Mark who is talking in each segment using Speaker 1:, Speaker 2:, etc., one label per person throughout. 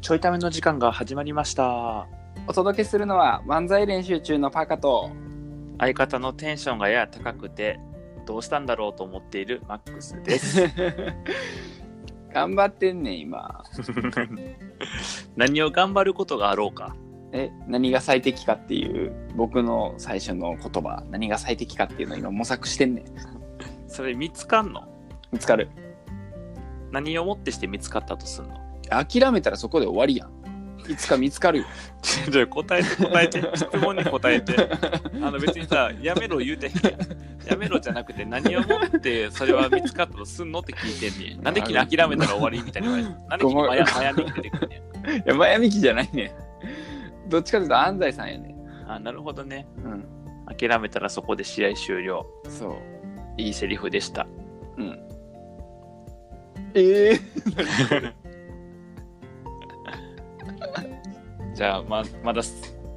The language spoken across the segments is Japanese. Speaker 1: ちょいための時間が始まりました。
Speaker 2: お届けするのは漫才練習中のパカと
Speaker 1: 相方のテンションがやや高くて、どうしたんだろうと思っているマックスです。
Speaker 2: 頑張ってんねん今
Speaker 1: 何を頑張ることがあろうか。
Speaker 2: え何が最適かっていう僕の最初の言葉何が最適かっていうのを今模索してんねん
Speaker 1: それ見つかんの
Speaker 2: 見つかる
Speaker 1: 何をもってして見つかったとす んの
Speaker 2: 諦めたらそこで終わりやんいつか見つかるよ
Speaker 1: ちょ答えて答えて、質問に答えて。あの別にさ、やめろ言うてへんやん。やめろじゃなくて何をもってそれは見つかったとすんのって聞いてん ねん。なんで君諦めたら終わりみたいな言われて。なんで君 悩悩みが出てくるねん。
Speaker 2: いや前向きじゃないねんどっちかというと安西さんやね
Speaker 1: あ、なるほどね。
Speaker 2: んうん
Speaker 1: 諦めたらそこで試合終了。
Speaker 2: そう
Speaker 1: いいセリフでした。
Speaker 2: うんええ
Speaker 1: じゃあままだ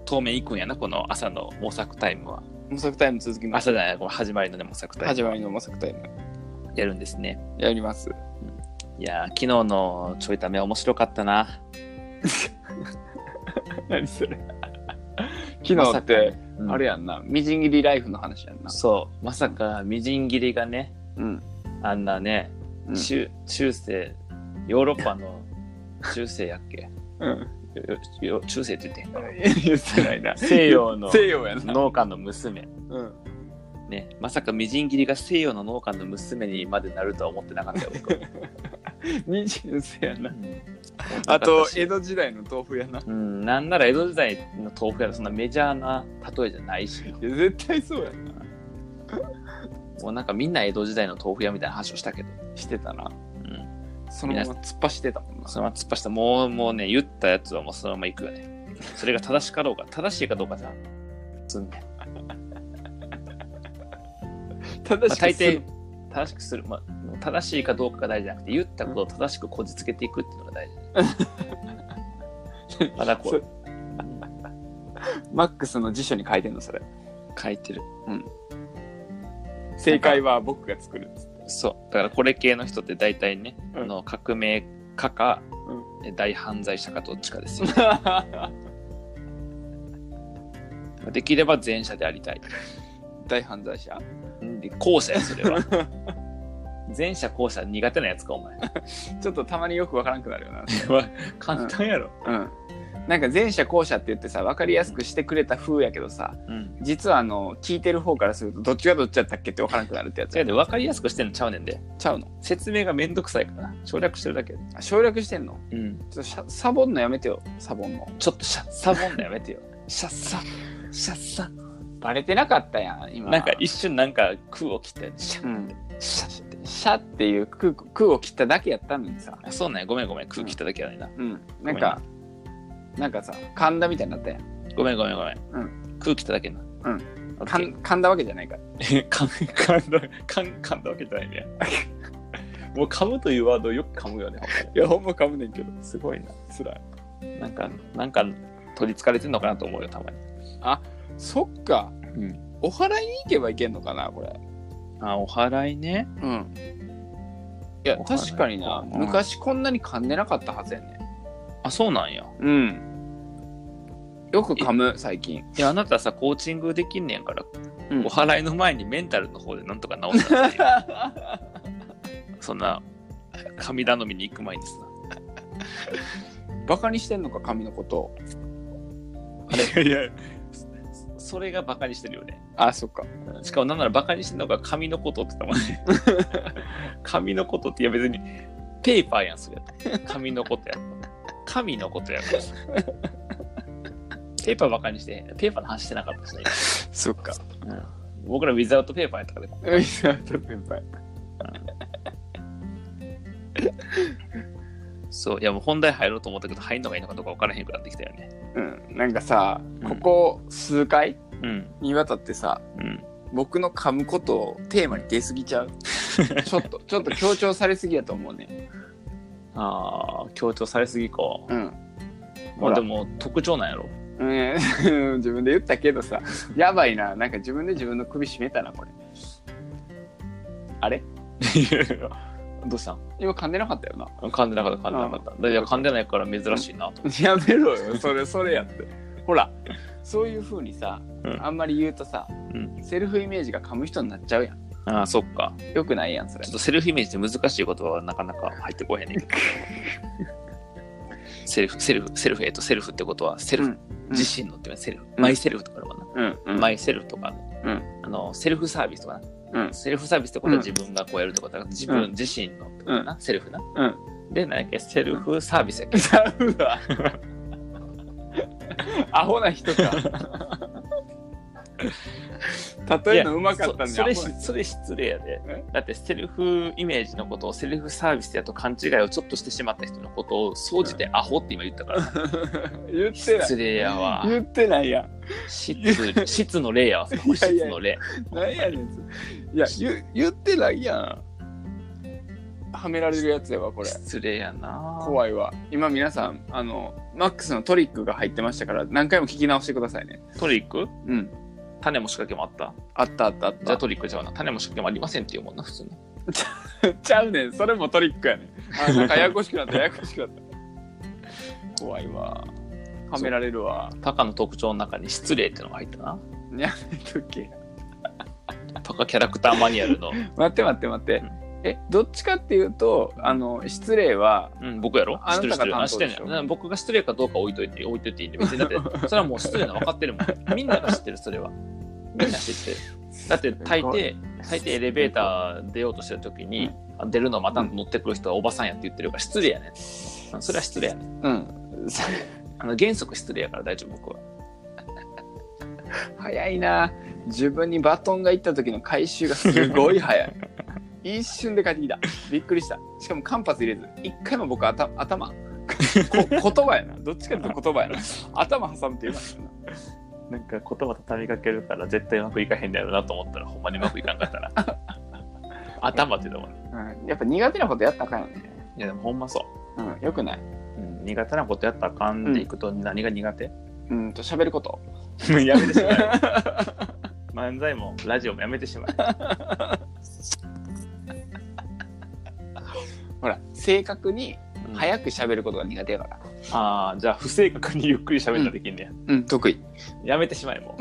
Speaker 1: 当面行くんやなこの朝の模索タイムは
Speaker 2: 模索タイム続きます
Speaker 1: 朝じゃないこの始まりのね模索タイム
Speaker 2: 始まりの模索タイム
Speaker 1: やるんですね
Speaker 2: やります
Speaker 1: いやー昨日のちょいため面白かったな
Speaker 2: 何それ昨
Speaker 1: ま
Speaker 2: 日
Speaker 1: さ
Speaker 2: っ
Speaker 1: か
Speaker 2: て、
Speaker 1: うん
Speaker 2: あれやんなみじん切りライフの話やんな
Speaker 1: そうまさかみじん切りがね
Speaker 2: うん、
Speaker 1: あんなね、
Speaker 2: うん
Speaker 1: 中中世ヨーロッパの中世やっけ
Speaker 2: うん、
Speaker 1: よよ中世って言ってんの
Speaker 2: 言ってないな
Speaker 1: 西洋の
Speaker 2: 西洋やんな、
Speaker 1: 農家の娘
Speaker 2: うん、
Speaker 1: ねまさかみじん切りが西洋の農家の娘にまでなるとは思ってなかったよ僕
Speaker 2: みじんせやな
Speaker 1: あ
Speaker 2: あと江戸時代の豆腐やな
Speaker 1: うん、なんなら江戸時代の豆腐屋のそんなメジャーな例えじゃないし、
Speaker 2: いや絶対そうやんな
Speaker 1: もうなんかみんな江戸時代の豆腐屋みたいな話をしたけど、
Speaker 2: してたな
Speaker 1: うん、
Speaker 2: そのまま突っ走ってたもんな
Speaker 1: そのまま突っ走った、もうもうね、言ったやつはもうそのまま行くよね。それが正しかどうか、正しいかどうかさ、すんねんま
Speaker 2: 正
Speaker 1: あ、
Speaker 2: しく
Speaker 1: 大
Speaker 2: する
Speaker 1: 抵、正しくする、まあ、正しいかどうかが大事じゃなくて、言ったことを正しくこじつけていくっていうのが 大事。まだこう、
Speaker 2: マックスの辞書に書いてんのそれ
Speaker 1: 書いてる。
Speaker 2: 正解は僕が作るっつって
Speaker 1: そう。だからこれ系の人って大体ね、
Speaker 2: うん
Speaker 1: あの革命家か、大犯罪者かどっちかですよ。できれば前者でありたい。
Speaker 2: 大犯罪者
Speaker 1: で後者や、それ は。前者後者苦手なやつか、お前。
Speaker 2: ちょっとたまによくわからんくなるよな
Speaker 1: 簡単やろ。
Speaker 2: うんなんか前者後者って言ってさ分かりやすくしてくれた風やけどさ
Speaker 1: うん。
Speaker 2: 実はあの聞いてる方からするとどっちがどっちだったっけって分からなくなるってやつ
Speaker 1: それで分かりやすくしてんのちゃうねんで。
Speaker 2: ちゃうの
Speaker 1: 説明がめんどくさいから、省略してるだけ。
Speaker 2: あ省略してんの
Speaker 1: うん。
Speaker 2: ちょっとササボんのやめてよサボんの
Speaker 1: ちょっとシャッサボンのやめてよ。シャッサ、 シャッサ。
Speaker 2: バレてなかったやん今
Speaker 1: なんか一瞬なんか空を切ったよね。シャ
Speaker 2: う
Speaker 1: ッ、
Speaker 2: ん
Speaker 1: シャッ。
Speaker 2: シャっていう空空を切っただけやったのにさ
Speaker 1: あそうなんや。ごめんごめん。空切っただけやねんな。
Speaker 2: うんなんかなんかさ噛んだみたいになったやん
Speaker 1: ごめんごめんごめん。
Speaker 2: う
Speaker 1: 空切っただけな。
Speaker 2: うん
Speaker 1: ん
Speaker 2: 噛ん噛んだわけじゃないから
Speaker 1: え、噛ん噛んだ、噛ん噛んだわけじゃないね。もう噛むというワードをよく噛むよね。
Speaker 2: いやほんま噛むねんけど
Speaker 1: すごいな。
Speaker 2: つらい
Speaker 1: なんか、なんか取り憑かれてんのかなと思うよ、たまに。
Speaker 2: そっか、
Speaker 1: ん
Speaker 2: お祓いに行けばいけんのかなこれ
Speaker 1: あ、お祓いね。
Speaker 2: うんいや
Speaker 1: お祓い
Speaker 2: 確かにな
Speaker 1: うん
Speaker 2: 昔こんなに噛んでなかったはずやね
Speaker 1: あ、そうなんや。
Speaker 2: うんよく噛む最近
Speaker 1: いや、あなたさ、コーチングできんねんから、
Speaker 2: うん
Speaker 1: お祓いの前にメンタルの方でなんとか治ったらさ そんな、神頼みに行く前にさ。
Speaker 2: バカにしてんのか髪のことを
Speaker 1: いやいや、そそれがバカにしてるよね。
Speaker 2: あそっか
Speaker 1: しかもなんならバカにしてんのが紙のことって言った もんね。紙のことっていや別にペーパーやんそれやった。紙のことやった。紙のことやった。ペーパーバカにしてへん、ペーパーの話してなかったしね。
Speaker 2: そっか
Speaker 1: 僕らウィザウトペーパーやったからね。
Speaker 2: ウィザード先輩
Speaker 1: そう、いやもう本題入ろうと思ったけど入んのがいいのかどうか分からへんくなってきたよね。
Speaker 2: うんなんかさ
Speaker 1: うん
Speaker 2: ここ数回
Speaker 1: うん。
Speaker 2: にわたってさ
Speaker 1: うん。
Speaker 2: 僕の噛むことをテーマに出過ぎち ゃうちょっとちょっと強調されすぎやと思うね
Speaker 1: ああ、強調されすぎか。
Speaker 2: うん
Speaker 1: ま
Speaker 2: ほ
Speaker 1: あ
Speaker 2: ら
Speaker 1: でも特徴なんやろ。
Speaker 2: うん 自分で言ったけどさやばいななんか自分で自分の首絞めたなこれあれどうしたん今噛んでなかったよな
Speaker 1: 噛んでなかった噛んでなかっただからいや噛んでないから珍しいなと
Speaker 2: やめろよそれそれやってほらそういうふうにさ、
Speaker 1: うん
Speaker 2: あんまり言うとさ、
Speaker 1: うん
Speaker 2: セルフイメージが噛む人になっちゃうやん
Speaker 1: ああそっか
Speaker 2: よくないやんそれ
Speaker 1: ちょっとセルフイメージって難しい言葉はなかなか入ってこへんねんけ どセルフセルフセルフえっとセルフってことはセルフ、
Speaker 2: うんうん
Speaker 1: 自身のっていうのはセルフ、
Speaker 2: うん
Speaker 1: マイセルフとかあるもんな、
Speaker 2: うんうん
Speaker 1: マイセルフとか、ね
Speaker 2: うん
Speaker 1: あのセルフサービスとか
Speaker 2: う
Speaker 1: な、
Speaker 2: ん
Speaker 1: セルフサービスってことは自分がこうやるってことだから自
Speaker 2: う
Speaker 1: 分
Speaker 2: ん
Speaker 1: 自身のってことな、セルフな、
Speaker 2: うん
Speaker 1: で何やっけセルフサービスやっけ、
Speaker 2: ちゃうわアホな人か例えのうまかったん
Speaker 1: い
Speaker 2: で
Speaker 1: やそそれ
Speaker 2: アホな人
Speaker 1: それ失礼やで
Speaker 2: え
Speaker 1: だってセルフイメージのことをセルフサービスやと勘違いをちょっとしてしまった人のことを総じてアホって今言ったから、
Speaker 2: 言ってない
Speaker 1: 失礼やわ
Speaker 2: 言ってないやん
Speaker 1: 質質の例やわそこ
Speaker 2: いやいや
Speaker 1: 質の例
Speaker 2: なんやねんそれいや言言ってないやんはめられるやつやわこれ
Speaker 1: 失礼やな
Speaker 2: 怖いわ今皆さんあのマックスのトリックが入ってましたから何回も聞き直してくださいね
Speaker 1: トリック
Speaker 2: うん
Speaker 1: 種も仕掛けもあった
Speaker 2: あったあったあった
Speaker 1: じゃあトリックちゃうな種も仕掛けもありませんっていうもんな普通に
Speaker 2: ちゃうねんそれもトリックやねんあなんかややこしくなった ややこしくなった怖いわはめられるわ
Speaker 1: タカの特徴の中に失礼ってのが入ったな
Speaker 2: やめとけ
Speaker 1: タカキャラクターマニュアルの、
Speaker 2: 待って待って待って、
Speaker 1: うん
Speaker 2: えどっちかっていうとあの失礼は
Speaker 1: うん、僕やろ
Speaker 2: あなたが担当
Speaker 1: 失礼
Speaker 2: でしょ
Speaker 1: 失礼な僕が失礼かどうか置いといて置いといていいんで別 にだってそれはもう失礼なの分かってるもんみんなが知ってるそれはみんな知ってるだって大抵大抵エレベーター出ようとしてる時に、あ出るのまた乗ってくる人はおばさんやって言ってるから失礼やねうんそれは失礼やね
Speaker 2: うんさ
Speaker 1: あの原則失礼やから大丈夫僕は。
Speaker 2: 早いな自分にバトンがいった時の回収がすごい早い 一瞬で帰ってきたびっくりしたしかも間髪入れず一回も僕頭 頭こ言葉やなどっちかっていうと言葉やな頭挟むっていうか
Speaker 1: なんか言葉畳みかけるから絶対うまくいかへんだよなと思ったらほんまにうまくいかんかったら 頭ってとこね
Speaker 2: うん、やっぱ苦手なことやったらあかんよね
Speaker 1: いやでもほんまそ、
Speaker 2: うんよくないう
Speaker 1: うん、苦手なことやったらあかんでいくと何が苦手、
Speaker 2: うんと喋ること
Speaker 1: やめてしま え漫才もラジオもやめてしまえ
Speaker 2: ほら正確に
Speaker 1: 早
Speaker 2: 早く喋ることが苦手やから
Speaker 1: ああじゃあ不正確にゆっくり喋るのできんねや、
Speaker 2: うん得意
Speaker 1: やめてしまえも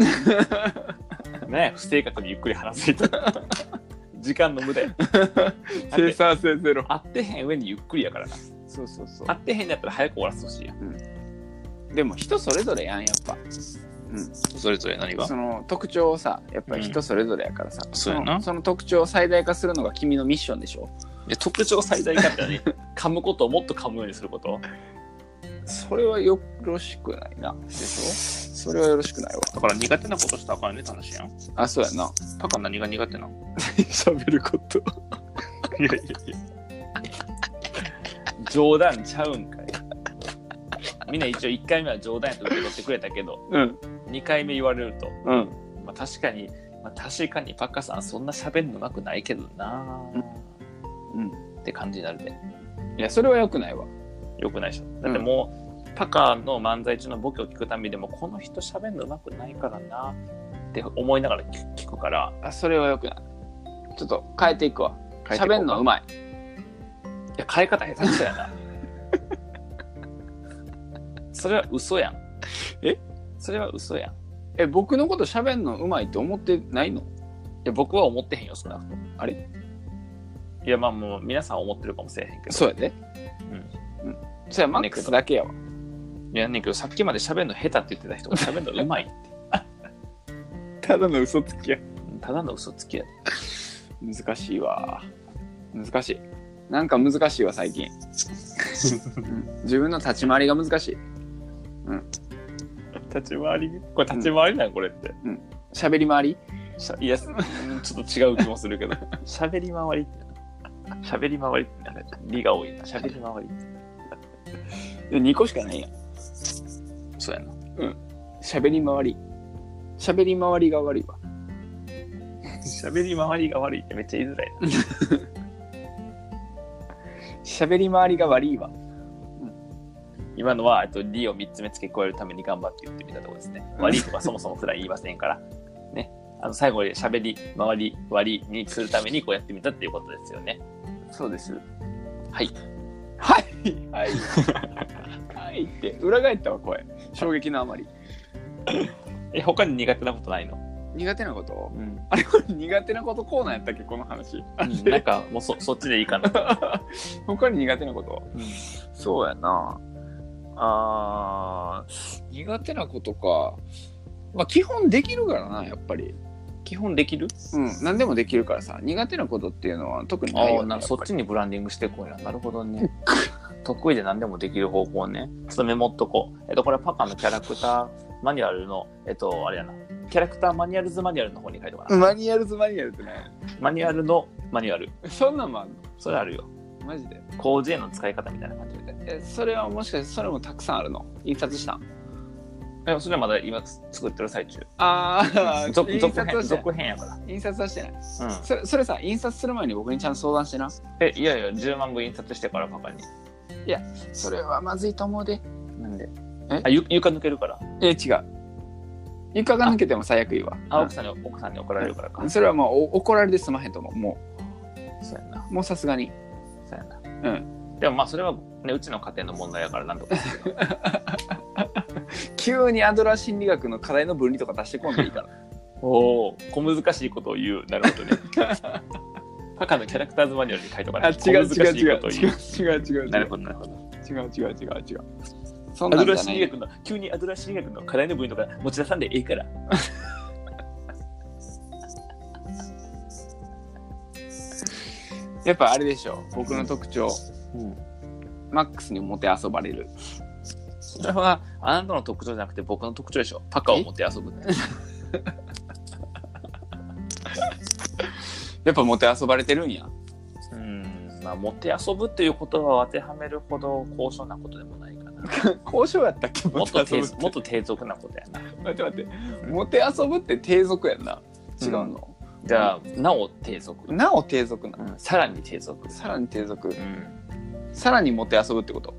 Speaker 1: うね不正確にゆっくり話す人時間の無駄や 生
Speaker 2: 産性ゼロ
Speaker 1: 合ってへん上にゆっくりやからな
Speaker 2: そうそうそ
Speaker 1: 合ってへんのやったら早く終わらせてほしいやん
Speaker 2: うでも人それぞれやんやっぱ
Speaker 1: それぞれ何が
Speaker 2: その特徴をさやっぱり人それぞれやからさ、
Speaker 1: そうやな
Speaker 2: のその特徴を最大化するのが君のミッションでしょ
Speaker 1: いや特徴最大化ってね噛むことをもっと噛むようにすること
Speaker 2: それはよろしくないな
Speaker 1: でし
Speaker 2: それはよろしくないわ
Speaker 1: ょだから苦手なことしたらあかんねって話やん
Speaker 2: あそうやな
Speaker 1: タカ何が苦 手なの
Speaker 2: 喋ること
Speaker 1: いやいやいや 冗談ちゃうんかいみんな一応1回目は冗談やと受け取ってくれたけど
Speaker 2: うん
Speaker 1: 2回目言われると、
Speaker 2: うん
Speaker 1: まあ、確かに、まあ、確かにパカさんそんな喋るのうまくないけどな
Speaker 2: うん
Speaker 1: って感じになるで
Speaker 2: いやそれはよくないわ
Speaker 1: よくないでしょだってもう、パカの漫才中のボケを聞くたびでもこの人喋るのうまくないからなって思いながら聞聞くから
Speaker 2: あそれはよくないちょっと変えていくわ
Speaker 1: 変えていこうか
Speaker 2: 喋るのうまい
Speaker 1: いや変え方下手くそや なそれは嘘やん
Speaker 2: え
Speaker 1: それは嘘やんい
Speaker 2: え僕のこと喋るのうまいって思ってないの
Speaker 1: や僕は思ってへんよ少なくとも
Speaker 2: あれ
Speaker 1: いやまあもう皆さん思ってるかもしれへんけど
Speaker 2: そうやでうん、そやマックスだけやわ
Speaker 1: いやねんけどさっきまで喋るの下手って言ってた人が喋るのうまいって
Speaker 2: ただの嘘つきや
Speaker 1: ただの嘘つきやで
Speaker 2: 難しいわ難しいなんか難しいわ最 近、うん自分の立ち回りが難しい
Speaker 1: 立ち回りこれ立ち回りなんこれって、
Speaker 2: 喋り回り
Speaker 1: しゃいや、うんちょっと違う気もするけど。 喋り回りって。喋り回りってなんか、りが多いな。喋り回り。
Speaker 2: 2個しかないやん
Speaker 1: そうやな。
Speaker 2: 喋り回り喋り回りが悪いわ
Speaker 1: 喋り回りが悪いってめっちゃ言いづらいな。
Speaker 2: 喋り回りが悪いわ
Speaker 1: 今のは、えっと、りを3つ目付け加えるために頑張って言ってみたところですね。
Speaker 2: うん
Speaker 1: 悪いとかそもそも普段言いませんから。ね。あの、最後に喋り回り割りにするためにこうやってみたっていうことですよね。
Speaker 2: そうです。
Speaker 1: はい。
Speaker 2: はい。はい。はいって、裏返ったわ、声。衝撃のあまり。
Speaker 1: え、他に苦手なことないの
Speaker 2: 苦手なこと
Speaker 1: うん。
Speaker 2: あれこれ苦手なことコーナーやったっけこの話。
Speaker 1: なんか、もう そ、そっちでいいかな。
Speaker 2: 他に苦手なこと
Speaker 1: うん
Speaker 2: そうやな。あー苦手なことか。まあ、基本できるからな、やっぱり。
Speaker 1: 基本できる
Speaker 2: うん、何でもできるからさ。苦手なことっていうのは特に
Speaker 1: あ
Speaker 2: ないよ
Speaker 1: あ、
Speaker 2: ね、
Speaker 1: なんか
Speaker 2: や
Speaker 1: そっ
Speaker 2: ぱり
Speaker 1: ちにブランディングしてこいな。なるほどね。得意で何でもできる方向ね。ちょっとメモっとこう。えっと、これはパカのキャラクターマニュアルの、えっと、あれやな。キャラクターマニュアルズマニュアルの方に書いてもらう。
Speaker 2: マニュアルズマニュアルってね。
Speaker 1: マニュアルのマニュアル。
Speaker 2: そんなんもあんの
Speaker 1: それあるよ。
Speaker 2: マジで。
Speaker 1: 工事への使い方みたいな感じで。
Speaker 2: え、それはもしかしてそれもたくさんあるの印刷したん
Speaker 1: でもそれはまだ今作ってる最中。
Speaker 2: ああ、
Speaker 1: 続
Speaker 2: 印
Speaker 1: 続
Speaker 2: 刷
Speaker 1: 編
Speaker 2: はしてない
Speaker 1: 続編やから。
Speaker 2: 印刷はしてない。
Speaker 1: うん。
Speaker 2: それそれさ、印刷する前に僕にちゃんと相談してな。
Speaker 1: え、いやいや、10万部印刷してからパカに。
Speaker 2: それはまずいと思うで。
Speaker 1: なんで
Speaker 2: え
Speaker 1: あゆ床抜けるから。
Speaker 2: え、違う。床が抜けても最悪いいわ。
Speaker 1: あ、奥さんに、奥さんに怒られるからか。
Speaker 2: それはもうお怒られてすまへんと思う。も
Speaker 1: そうやな。
Speaker 2: う、もうさすがに。
Speaker 1: そうやな。
Speaker 2: う
Speaker 1: でもまあ、それは、ね、うちの家庭の問題やから なんとか。
Speaker 2: 急にアドラー心理学の課題の分離とか出してこんでい いから。
Speaker 1: おお、小難しいことを言う。なるほど ね。パカのキャラクターズマニュアルに書いとか
Speaker 2: あ、
Speaker 1: な
Speaker 2: 違う
Speaker 1: 小
Speaker 2: 違
Speaker 1: 難
Speaker 2: う
Speaker 1: しい
Speaker 2: 違
Speaker 1: こ
Speaker 2: う
Speaker 1: とを
Speaker 2: 違
Speaker 1: 言う。
Speaker 2: う違う違う違う違う違う
Speaker 1: なるほど、なるほど。
Speaker 2: 違う違う違う。そん
Speaker 1: ア
Speaker 2: な
Speaker 1: ド
Speaker 2: んじ
Speaker 1: ラ
Speaker 2: ゃ
Speaker 1: ー心
Speaker 2: ない
Speaker 1: 理学の、急にアドラー心理学の課題の部位とか持ち出さんでええから。
Speaker 2: やっぱあれでしょ。僕の特徴、
Speaker 1: うん。
Speaker 2: マックスにもて遊ばれる。
Speaker 1: それは、あなたの特徴じゃなくて僕の特徴でしょ。パカを持って遊ぶね。
Speaker 2: やっぱもて遊ばれてるんや。
Speaker 1: うん、まあ、持って遊ぶっていう言葉を当てはめるほど高尚なことでもないかな。
Speaker 2: 交渉やったっけ
Speaker 1: もっと低
Speaker 2: もて遊ぶ
Speaker 1: もっと低俗なことやな。
Speaker 2: 待って待って。もて遊ぶって低俗やんな。違うの。
Speaker 1: じゃあ、なお低俗。
Speaker 2: なお低俗な
Speaker 1: う。ん、さらに低俗。
Speaker 2: さらに低俗
Speaker 1: う。ん、
Speaker 2: さらにもて遊ぶってこと。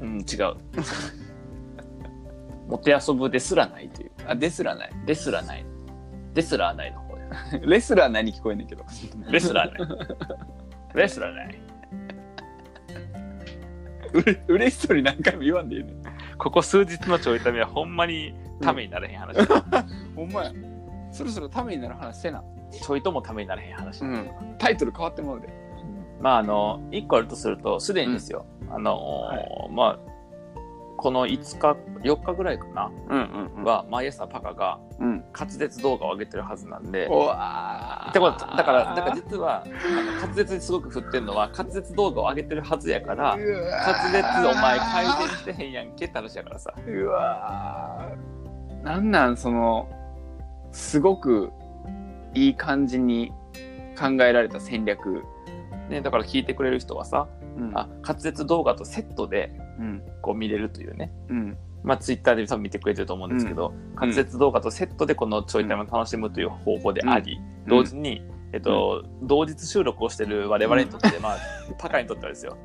Speaker 1: うん、 違う。持って遊ぶですらないという。
Speaker 2: あ、ですらない。
Speaker 1: ですらない。ですらないの方やな。
Speaker 2: レスラー何聞こえんねんけど。
Speaker 1: です らない。ですらない。
Speaker 2: うれ嬉しそうに何回も言わんでいいねん。
Speaker 1: ここ数日のちょい痛みはほんまにためになれへん話。
Speaker 2: ほんまや。そろそろためになる話せな。
Speaker 1: ちょいともためになれへん話。
Speaker 2: うん。タイトル変わってもうで。
Speaker 1: まああの1個あるとするとすでにですよ、あのーまあこの5日4日ぐらいかな、
Speaker 2: うんうんう
Speaker 1: は毎朝パカが
Speaker 2: うん。
Speaker 1: 滑舌動画を上げてるはずなんで。
Speaker 2: おわー
Speaker 1: ってことだからだから実はあの滑舌にすごく振ってるのは滑舌動画を上げてるはずやから
Speaker 2: うわー
Speaker 1: 滑舌お前改善してへんやんけって話やからさ
Speaker 2: うわーなんなんそのすごくいい感じに考えられた戦略、
Speaker 1: ねだから聞いてくれる人はさ
Speaker 2: うん
Speaker 1: あ滑舌動画とセットで
Speaker 2: うん
Speaker 1: こう見れるというね
Speaker 2: うん
Speaker 1: まあ、ツイッターで多分見てくれてると思うんですけど、滑舌動画とセットでこのちょいタイムを楽しむという方法であり、同時に、えっと同日収録をしてる我々にとって、まあ、パカにとってはですよ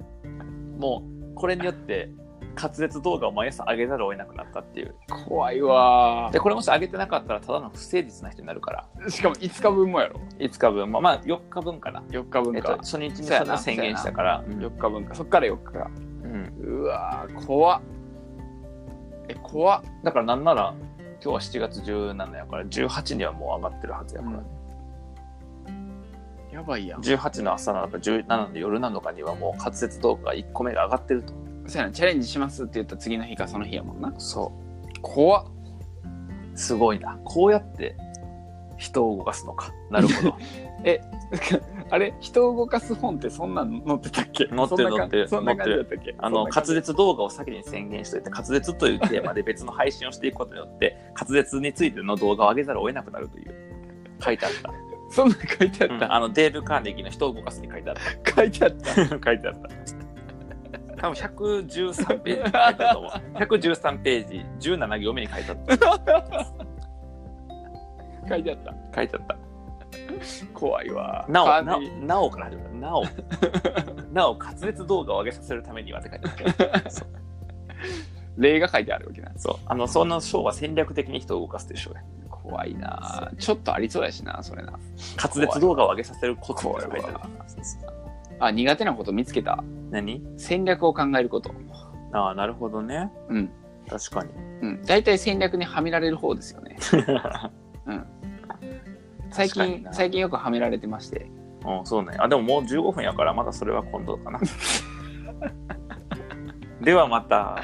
Speaker 1: もうこれによって滑舌動画を毎朝上げざるを得なくなったっていう
Speaker 2: 怖いわ
Speaker 1: でこれもし上げてなかったらただの不誠実な人になるから
Speaker 2: ーしかも5日分もやろ
Speaker 1: 5日分まあ、まあ、4日分かな、
Speaker 2: 4日
Speaker 1: え
Speaker 2: 分
Speaker 1: っと、
Speaker 2: か、
Speaker 1: 初日に
Speaker 2: そうや
Speaker 1: そん
Speaker 2: な
Speaker 1: な宣言したから、うん
Speaker 2: 4日分かそっから4日か
Speaker 1: うん
Speaker 2: うわー怖っえ怖っ
Speaker 1: だからなんなら今日は7月17やから18にはもう上がってるはずやから、
Speaker 2: うんやばいやん
Speaker 1: 18の朝なのか17の夜なのかにはもう滑舌動画が1個目が上がってると
Speaker 2: そうやなチャレンジしますって言った次の日かその日やもんな
Speaker 1: そ
Speaker 2: 怖っ
Speaker 1: うすごいなこうやって人を動かすのかなるほ ど
Speaker 2: あれ人を動かす本ってそんなん載ってたっけ
Speaker 1: 載ってる載ってる
Speaker 2: そんな感じだったっけ
Speaker 1: あ
Speaker 2: そ
Speaker 1: の
Speaker 2: んな感
Speaker 1: 滑
Speaker 2: じ
Speaker 1: 舌動画を先に宣言しといて滑舌というテーマ で別の配信をしていくことによって滑舌についての動画を上げざるを得なくなるという書いてあ った、
Speaker 2: そんなん書いてあ
Speaker 1: う
Speaker 2: っ
Speaker 1: ん
Speaker 2: た、
Speaker 1: あのデール・カーネギーの人を動かすに書いてあっ
Speaker 2: 書いてあった
Speaker 1: た書いてあった多分113ページに書いてあったと思う113ページ17行目に書いてあった
Speaker 2: 書いてあった
Speaker 1: 書いてあった
Speaker 2: 怖いわ
Speaker 1: な
Speaker 2: カ
Speaker 1: お、
Speaker 2: ー
Speaker 1: なお
Speaker 2: ネギ、
Speaker 1: なおから始まる。なお、なお、滑舌動画を上げさせるためにはって書いて ある。そう
Speaker 2: 例が書いてあるわけな
Speaker 1: そう。あの、そんな章は戦略的に人を動かすでしょうね。
Speaker 2: 怖いなちょっとありそうやしなそれな
Speaker 1: 滑舌動画を上げさせるコツって書いてある。
Speaker 2: あ、苦手なこと見つけた。
Speaker 1: 何
Speaker 2: 戦略を考えること。
Speaker 1: ああ、なるほどね。
Speaker 2: うん。
Speaker 1: 確かに。
Speaker 2: うん。大体戦略にはめられる方です よね。最
Speaker 1: 確かに
Speaker 2: 近
Speaker 1: な、
Speaker 2: 最近よくはめられてまして。
Speaker 1: うん、そうね。あ、でももう15分やから、またそれは今度かな。ではまた。